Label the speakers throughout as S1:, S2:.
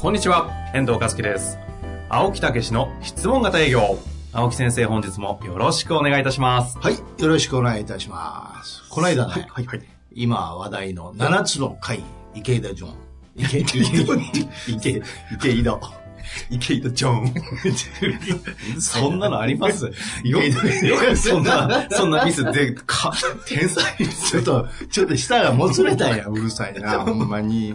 S1: こんにちは、遠藤和樹です。青木武の質問型営業。青木先生、本日もよろしくお願いいたします。
S2: はい。よろしくお願いいたします。この間ね、
S1: はい、はい。
S2: 今話題の7つの会、池井田ジョン。池井田
S1: 池井
S2: 池井田。
S1: 池井戸ジョン。 そんなのありますよ
S2: 池井戸
S1: く、よくそん な、そんなミスで、か、天才
S2: ちょっと、ちょっと舌がもつれたんや、うるさいな、ほんまに。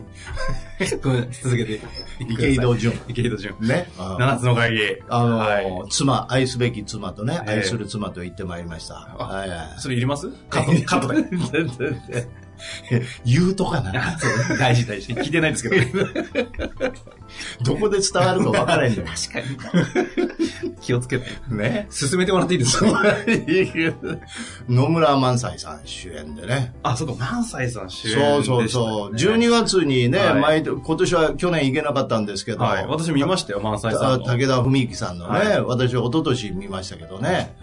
S1: ごめん、続けて。
S2: 池井戸潤。
S1: 池井戸潤。
S2: ね。
S1: 七つの会議。
S2: あの、
S1: はい、
S2: 妻、愛すべき妻とね、
S1: ええ
S2: 愛する妻と言ってまいりました。
S1: あ
S2: はい
S1: それいりますカット、カットだよ。
S2: 言うとかな。
S1: 大事大事。聞いてないですけどね。
S2: どこで伝わるか分からへんの。
S1: 確か に。気をつけて。
S2: ね。
S1: 進めてもらっていいですか
S2: 野村萬斎さん主演でね。
S1: あ、そうか、萬斎さん主演でした、
S2: そ
S1: ね。
S2: うそうそう。12月にね、
S1: はい
S2: 毎年今年は去年行けなかったんですけど、
S1: はい。私見ましたよ、萬斎さ
S2: た
S1: んの。
S2: 武田文之さんのね、
S1: はい
S2: 私は一昨年見ましたけどね、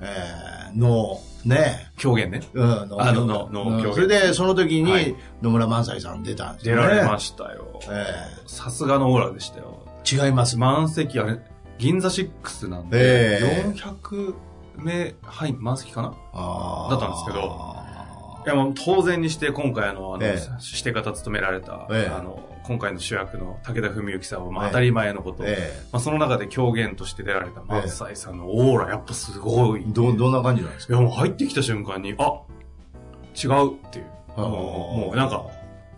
S2: えー、の、ね、
S1: 狂言ね。
S2: うん、
S1: あののの
S2: うん
S1: 狂言
S2: それで、その時に、
S1: はい
S2: 野村萬斎さん出たんです
S1: 出
S2: よね。
S1: られましたよ。
S2: え
S1: さすがのオーラでしたよ。
S2: ー違います。
S1: 満席、あれ、銀座6なんで、
S2: ええ
S1: 400名、はい、満席かな
S2: あー
S1: だったんですけどいや、もう当然にして、今回あの、あの、
S2: ええ
S1: して方務められた、
S2: ええ
S1: あの、今回の主役の武田文之さんは、まあ、当たり前のこと。
S2: え
S1: まあ、その中で狂言として出られた萬斎さんのオーラ、やっぱすごい。
S2: ーど、どんな感じなんです
S1: い
S2: か
S1: や、もう入ってきた瞬間に、あ違うっていう。あの
S2: あー
S1: もうなんか、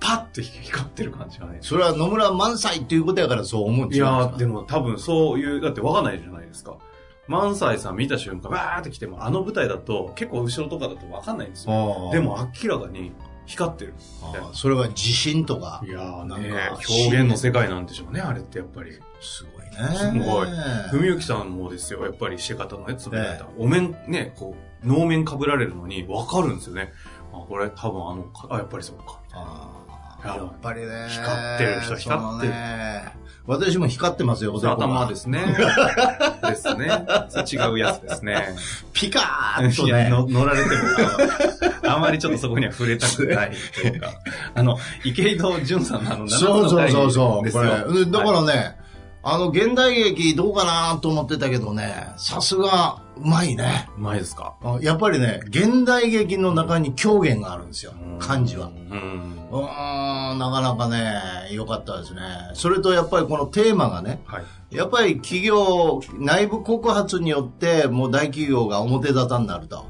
S1: パッと光ってる感じがね。
S2: それは野村萬斎っていうことやからそう思うん
S1: い
S2: ですよ。
S1: やー、でも多分そういう、だってわかんないじゃないですか。萬斎さん見た瞬間、わーって来ても、あの舞台だと、結構後ろとかだとわかんないんですよ。
S2: あー
S1: で、も明らかに光ってる。
S2: あーそれは地震とか
S1: い、やー、な
S2: な
S1: んん
S2: か
S1: か、表現の世界なんでしょうね、あれってやっぱり。
S2: すごいね。
S1: すごい文之さんもですよ、やっぱりして方のね、つぶやいた、
S2: え
S1: お面、ね、こう、能面被られるのに分かるんですよね。あ、これ多分あのか、あ、やっぱりそうか。
S2: あー
S1: やばい
S2: やっぱりね。
S1: 光ってる人光ってる
S2: そのね。私も光ってますよ、男が
S1: 頭です ね。ですね。それ違うやつですね。
S2: ピカーッと
S1: いや
S2: ね。
S1: の乗られてもあの、あまりちょっとそこには触れたくないという か、あの、池井戸潤さんのあの、
S2: そうそうそうそ
S1: 七つの大
S2: う。
S1: です
S2: こ
S1: よ
S2: れ。でだか
S1: はい
S2: らね、あの、現代劇どうかなと思ってたけどね、さすが、うまいね。
S1: うまいですか
S2: あやっぱりね、現代劇の中に狂言があるんですよ
S1: うん、
S2: 漢字は
S1: う。ん。
S2: うーん、なかなかね、良かったですね。それとやっぱりこのテーマがね、
S1: はい。
S2: やっぱり企業、内部告発によって、もう大企業が表沙汰になると。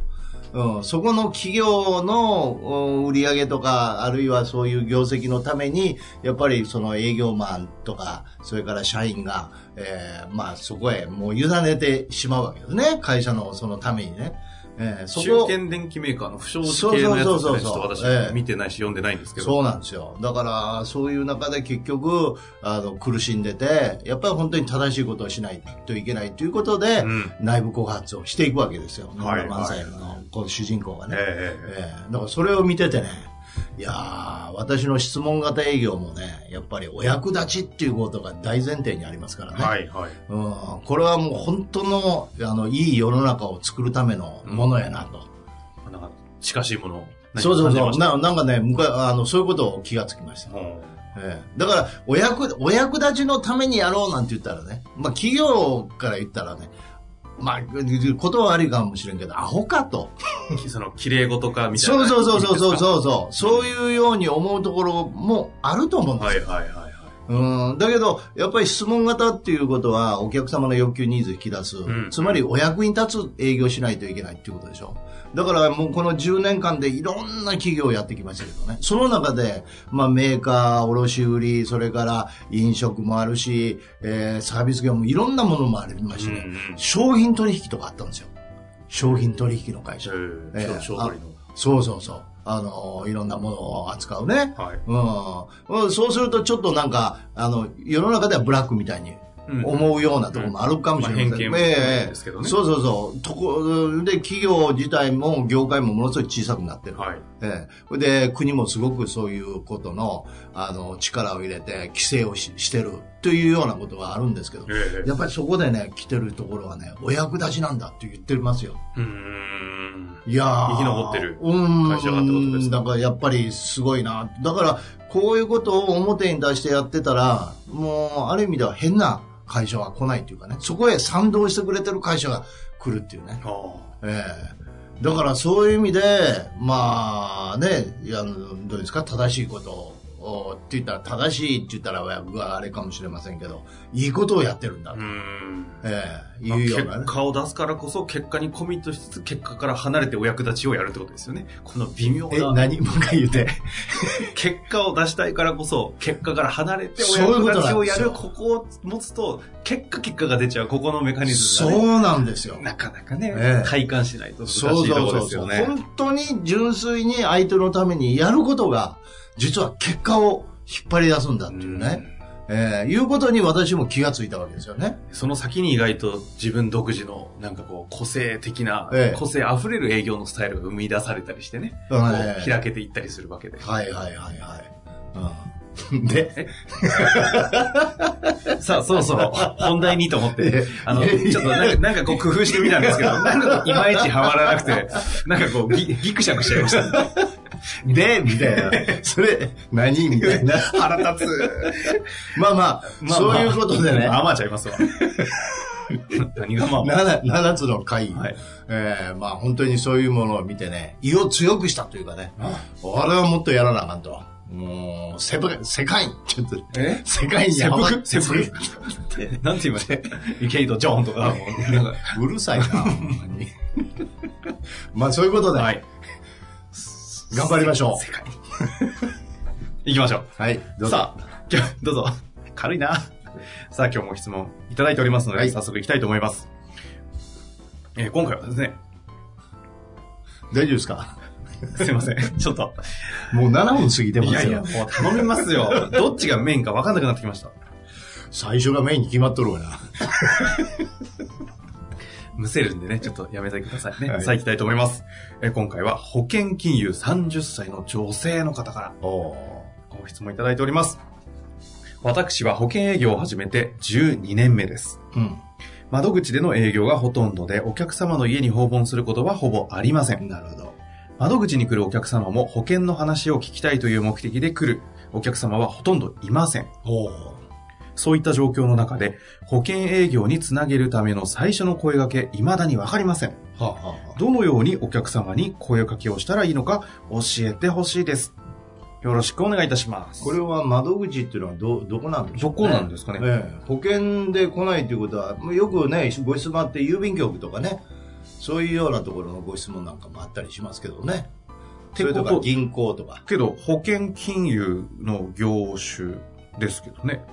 S2: うん、そこの企業のうん売り上げとか、あるいはそういう業績のために、やっぱりその営業マンとか、それから社員が、えーまあそこへもう委ねてしまうわけですね。会社のそのためにね。えーそ
S1: 中
S2: こ
S1: 堅電機メーカーの不祥事系のやつですね、ちょっと私見てないし読んでないんですけど。
S2: そうなんですよ。だから、そういう中で結局、あの、苦しんでて、やっぱり本当に正しいことをしないといけないということで、
S1: うん
S2: 内部告発をしていくわけですよ。
S1: はい
S2: 漫才の、この主人公がね。
S1: ええ
S2: ええだからそれを見ててね、いやー、私の質問型営業もね、やっぱりお役立ちっていうことが大前提にありますからね。
S1: はいはい。
S2: うん、これはもう本当の、あの、いい世の中を作るためのものやなと。
S1: なんか、近しいものを何
S2: そう
S1: か
S2: そ
S1: 感
S2: う
S1: じ
S2: そ
S1: ま
S2: う。
S1: した。
S2: ななんかね、昔、あの、そういうことを気がつきました。
S1: うん
S2: ええだからお役、お役立ちのためにやろうなんて言ったらね、まあ、企業から言ったらね、まあ、言葉悪いかもしれんけど、アホかと。
S1: きその、綺麗事かみたい
S2: そ
S1: な。
S2: うそうそうそうそう
S1: う。
S2: そうそう。そういうように思うところもあると思うんですよ。
S1: はいはいはいはい。
S2: うん。だけど、やっぱり質問型っていうことは、お客様の欲求ニーズを引き出す。
S1: ん
S2: つまり、お役に立つ営業しないといけないっていうことでしょ。だからもうこの10年間でいろんな企業をやってきましたけどね。その中で、まあメーカー、卸売、それから飲食もあるし、えーサービス業もいろんなものもありましてね。
S1: うんうん
S2: 商品取引とかあったんですよ。商品取引の会社。
S1: そう
S2: ええ
S1: 小鳥の。
S2: そうそうそう。あの、いろんなものを扱うね。
S1: はい。
S2: うんうん。そうするとちょっとなんか、あの、世の中ではブラックみたいに
S1: うん
S2: 思うようなところもあるかもしれません、
S1: まあ偏見も
S2: ええええ
S1: ですけどね
S2: そうそうそう。とこ、で、企業自体も業界もものすごい小さくなってる。
S1: はい。
S2: ええで、国もすごくそういうことの、あの、力を入れて規制をししてるというようなことがあるんですけど、
S1: ええ
S2: やっぱりそこでね、来てるところはね、お役立ちなんだって言ってますよ。
S1: うーん。
S2: いやー
S1: 生き残ってる
S2: うん
S1: 会社がってことですか
S2: だからやっぱりすごいな。だから、こういうことを表に出してやってたら、もう、ある意味では変な会社は来ないというかね、そこへ賛同してくれてる会社が来るっていうね。
S1: ああ。
S2: ええだからそういう意味で、まあね、いやどうですか、正しいことを。おって言ったら正しいって言ったらはあれかもしれませんけどいいことをやってるんだ
S1: う
S2: と、
S1: ーん。
S2: ええ
S1: まあ
S2: いうよう
S1: 結
S2: なね
S1: 果を出すからこそ結果にコミットしつつ結果から離れてお役立ちをやるってことですよねこの微妙
S2: え
S1: な
S2: 何もう一回言って
S1: 結果を出したいからこそ結果から離れてお
S2: そういうこ
S1: 役
S2: となんです
S1: 立ち
S2: よ
S1: をやるここを持つと結果結果が出ちゃうここのメカニズムが、
S2: そ
S1: ね、
S2: うなんですよ
S1: なかなかね、
S2: ええ
S1: 体感しないと難しい
S2: そう
S1: と
S2: そう
S1: こ
S2: そ
S1: ろ
S2: う
S1: ですよね
S2: 本当に純粋に相手のためにやることが、実は結果を引っ張り出すんだっていうね。えーいうことに私も気がついたわけですよね。
S1: うんその先に意外と自分独自のなんかこう個性的な、
S2: ええ
S1: 個性あふれる営業のスタイルが生み出されたりしてね、
S2: はい
S1: こう開けていったりするわけで
S2: はいはいはいはい。うん、 で、
S1: さあ、そろそろ本題にと思っ
S2: いや
S1: て、あの、
S2: いやいや
S1: ちょっとなんかなんかこう工夫してみたんですけど、なんかこういまいちハマらなくて、なんかこうギギクシャクしちゃいました。
S2: で、みたいな。それ、何みたいな。
S1: 腹立つ。
S2: まあまあ、
S1: まあ
S2: そう
S1: まあ
S2: いうことでね。
S1: 甘ちゃいますわ。何がまあまあ。
S2: 7, 7つの会議、
S1: はい
S2: えーまあ本当にそういうものを見てね、胃を強くしたというかね、
S1: あ
S2: 俺はもっとやらなあかんと。もう、世界、世界、ちょっと、
S1: え
S2: 世界に
S1: セ
S2: は
S1: ブ
S2: ま
S1: クセブク なんて言いましたイケイド・ジョーンとか、もうなんか
S2: うるさいな、ほんまに。 まあそういうことで、
S1: はい。
S2: 頑張りましょ
S1: 世界。行きましょう。
S2: う。はい、どうぞ。
S1: さあ、今日、どうぞ。軽いな。さあ、今日も質問いただいておりますので、
S2: はい
S1: 早速いきたいと思います。えー今回はですね、
S2: 大丈夫ですか
S1: すいません。 ちょっと。
S2: もう7分過ぎてます
S1: い
S2: よ。
S1: やいや、もう頼みますよ。どっちがメインか分かんなくなってきました。
S2: 最初がメインに決まっとるわな。
S1: むせるんでね、ちょっとやめてくださいね。
S2: はい
S1: さあ行きたいと思います。えー今回は保険金融30歳の女性の方から
S2: お
S1: ご質問いただいております。私は保険営業を始めて12年目です。
S2: うん。
S1: 窓口での営業がほとんどで、お客様の家に訪問することはほぼありません。
S2: なるほど。
S1: 窓口に来るお客様も保険の話を聞きたいという目的で来るお客様はほとんどいません。
S2: お
S1: そういった状況の中で、保険営業につなげるための最初の声掛け、未だにわかりません。
S2: はあ、はあ、
S1: どのようにお客様に声掛けをしたらいいのか教えてほしいです。よろしくお願いいたします。
S2: これは窓口っていうのはど、どこなんでしょ
S1: ど
S2: う
S1: こなんですかね
S2: ええ、保険で来ないということは、もうよくね、ご質問あって郵便局とかね、そういうようなところのご質問なんかもあったりしますけどね。
S1: て
S2: そ
S1: こ
S2: れ
S1: と
S2: とか銀行とか。
S1: けど、保険金融の業種ですけどね。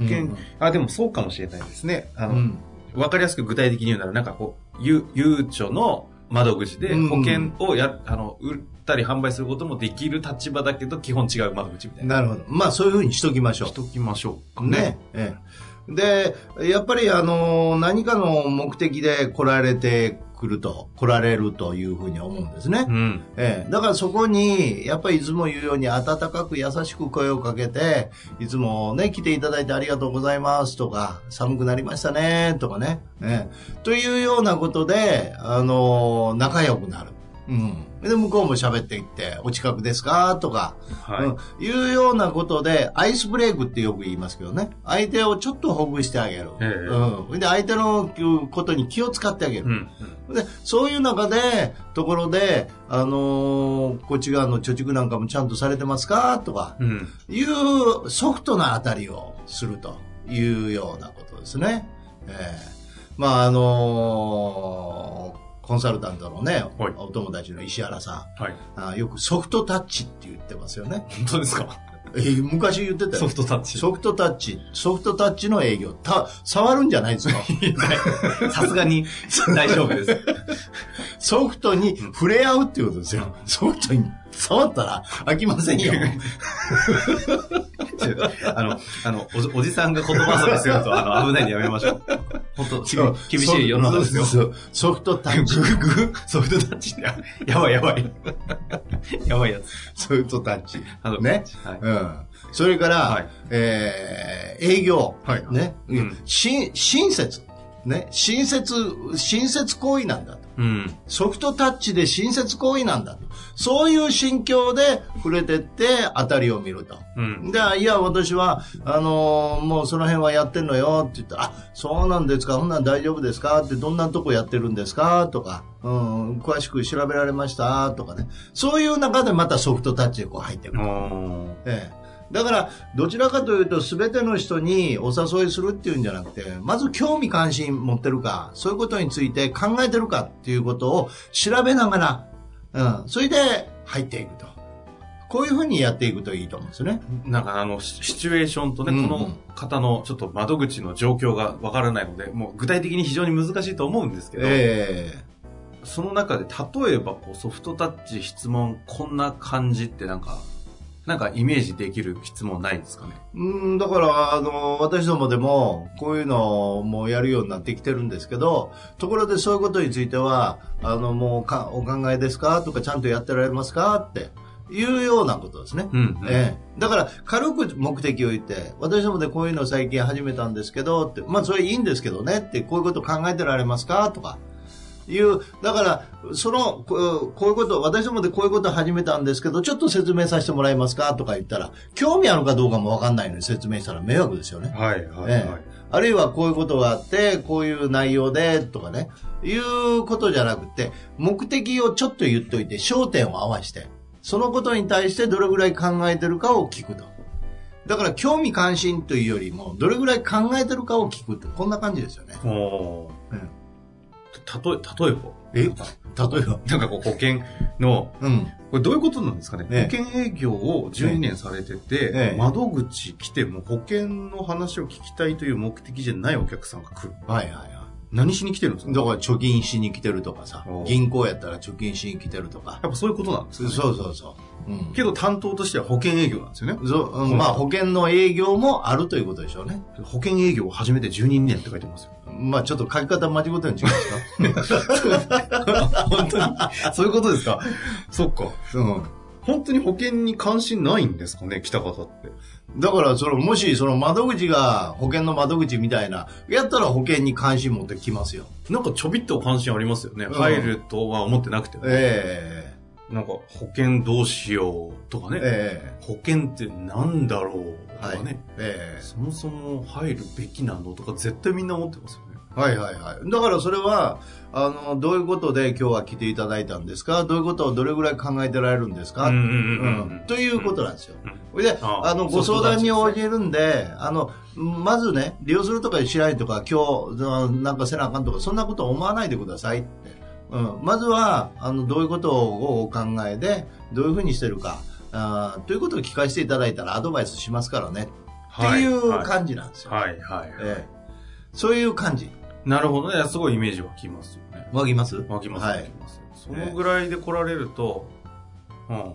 S2: 保
S1: 険あ、でもそうかもしれないですね。あ
S2: う
S1: の、
S2: ん。
S1: わかりやすく具体的に言うなら、なんかこう、ゆ、ゆうちょの窓口で
S2: うん
S1: 保険をや、あの、売ったり販売することもできる立場だけど、基本違う窓口みたいな。
S2: なるほど。まあそういうふうにしときましょう
S1: し。ときましょうかね。
S2: ね。ええで、やっぱりあの、何かの目的で来られてくると、来られるというふうに思うんですね。
S1: うん。
S2: ええ、だからそこに、やっぱりいつも言うように温かく優しく声をかけて、いつもね、来ていただいてありがとうございますとか、寒くなりましたねとかね、ええ、というようなことで、あの仲良くなる。うん。で、向こうも喋っていって、お近くですかとか、
S1: はい。
S2: い、うん、いうようなことで、アイスブレイクってよく言いますけどね、相手をちょっとほぐしてあげる。
S1: ええ
S2: うん。で、相手のことに気を使ってあげる。
S1: うん。うん
S2: でそういう中で、ところで、あのーこっち側の貯蓄なんかもちゃんとされてますかとか、
S1: うん。
S2: いうソフトなあたりをするというようなことですね。ええまあ、あのーコンサルタントのね、
S1: はい
S2: お友達の石原さん
S1: はい。
S2: あ、よくソフトタッチって言ってますよね。
S1: 本当ですか
S2: えー昔言ってたよ
S1: ソフトタッチ。
S2: ソフトタッチ、ソフトタッチの営業。た、触るんじゃないですか
S1: さすがに大丈夫 です。
S2: ソフトに触れ合うっていうことですよ。ソフトに触ったら飽きませ んよ。
S1: あの、あのおじ、おじさんが言葉遊びすると、あの、危ないんでやめましょう。本当厳厳しい世の中ですよ。
S2: そうそうそうソフトタッチ、
S1: グググソフトタッチややばいやばい。やばいやつ。
S2: ソフトタッチ。
S1: あの
S2: ね。
S1: はい
S2: うん。それから、
S1: はい
S2: えー営業。
S1: はい
S2: ね。
S1: うん
S2: し親切。ね。親切、親切行為なんだと。
S1: うん。
S2: ソフトタッチで親切行為なんだと。そういう心境で触れてって当たりを見ると。
S1: うん。
S2: で、いや、私は、あのーもうその辺はやってんのよって言ったら、あ、そうなんですか、ほんなん大丈夫ですかって、どんなとこやってるんですかとか、うん、詳しく調べられましたとかね。そういう中でまたソフトタッチでこう入ってくる。
S1: お
S2: ええだから、どちらかというと、すべての人にお誘いするっていうんじゃなくて、まず興味関心持ってるか、そういうことについて考えてるかっていうことを調べながら、うん、それで入っていくと。こういうふうにやっていくといいと思うんですよね。
S1: ーなんかあの、シシチュエーションとね、
S2: うんうん
S1: この方のちょっと窓口の状況がわからないので、もう具体的に非常に難しいと思うんですけど、
S2: え
S1: その中で例えばこうソフトタッチ質問こんな感じってなんか、なんかイメージできる質問ないんですかね。
S2: えうん、だから、あの、私どもでも、こういうのをもうやるようになってきてるんですけど、ところでそういうことについては、あの、もうか、お考えですかとか、ちゃんとやってられますかっていうようなことですね。
S1: うん、
S2: ええ、だから軽く目的を言って私どもでこういうの最近始めたんですけどってまあそれいいんですけどねってこういうこと考えてられますかとかいうだからそのこうこういうこと私どもでこういうこと始めたんですけどちょっと説明させてもらえますかとか言ったら興味あるかどうかもわかんないのに説明したら迷惑ですよね。
S1: はいは
S2: ええあるいはこういうことがあって、こういう内容で、とかね、いうことじゃなくて、目的をちょっと言っといて、焦点を合わして、そのことに対してどれぐらい考えてるかを聞くと。だから、興味関心というよりも、どれぐらい考えてるかを聞くと。こんな感じですよね。
S1: おー
S2: うん
S1: た例え、例えば
S2: え例えば。
S1: なんかこう保険の、
S2: うん。
S1: これどういうことなんですかね、
S2: ええ
S1: 保険営業を12年されてて、
S2: ええ
S1: 窓口来ても保険の話を聞きたいという目的じゃないお客さんが来る。
S2: はいはいは
S1: 何しに来てるんです
S2: い。
S1: か
S2: だから、貯金しに来てるとかさ
S1: お、う
S2: 銀行やったら貯金しに来てるとか。
S1: やっぱそういうことなんです
S2: そう
S1: ね。
S2: そうそう。うん。
S1: けど担当としては保険営業なんですよね。
S2: そううんまあ、保険の営業もあるということでしょうね。
S1: 保険営業を始めて12年って書いてますよ。
S2: まあ、ちょっと書き方間違ってるんじゃないですか
S1: 本当に。そういうことです か。そっか。
S2: う
S1: 本当に保険に関心ないんですかね、来た方って。
S2: ん。だから、その、もし、その窓口が保険の窓口みたいな、やったら保険に関心持ってきますよ。
S1: なんかちょびっと関心ありますよね。
S2: うん
S1: 入るとは思ってなくても。
S2: え
S1: なんか、保険どうしようとかね。
S2: ええ
S1: 保険ってなんだろうとかね、
S2: ええ
S1: そもそも入るべきなのとか絶対みんな思ってますよね。
S2: えはいはいはい。だからそれは、あの、どういうことで今日は来ていただいたんですかどういうことをどれぐらい考えてられるんですか、
S1: うんうんうんうん
S2: ということなんですよ。
S1: うん
S2: それで、
S1: あ
S2: あの、ご相談に応じるんで、あの、まずね、利用するとかしないとか、今日あ、なんかせなあかんとか、そんなこと思わないでくださいって。うん。まずは、あの、どういうことをお考えで、どういうふうにしてるか、あーということを聞かせていただいたらアドバイスしますからね。っていう感じなんですよ。
S1: はいはいはい。
S2: ええそういう感じ。
S1: なるほどね。すごいイメージ湧きますよね。
S2: わきます
S1: 湧きます、
S2: は
S1: 湧
S2: い
S1: き。ます。そのぐらいで来られると、うん。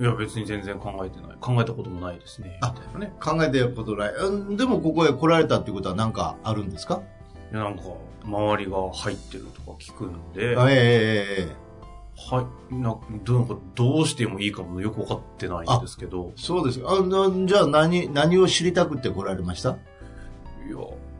S1: いや別に全然考えてない。考えたこともないですね。
S2: あ
S1: みたいなね。
S2: 考えてることない。うん、でもここへ来られたってことは何かあるんですか
S1: いやなんか、周りが入ってるとか聞くんで、
S2: あ
S1: はい。
S2: ええええええ
S1: などうなんかどうしてもいいかもよくわかってないんですけど、
S2: そうですか。あなじゃあ何、何を知りたくって来られました
S1: いや、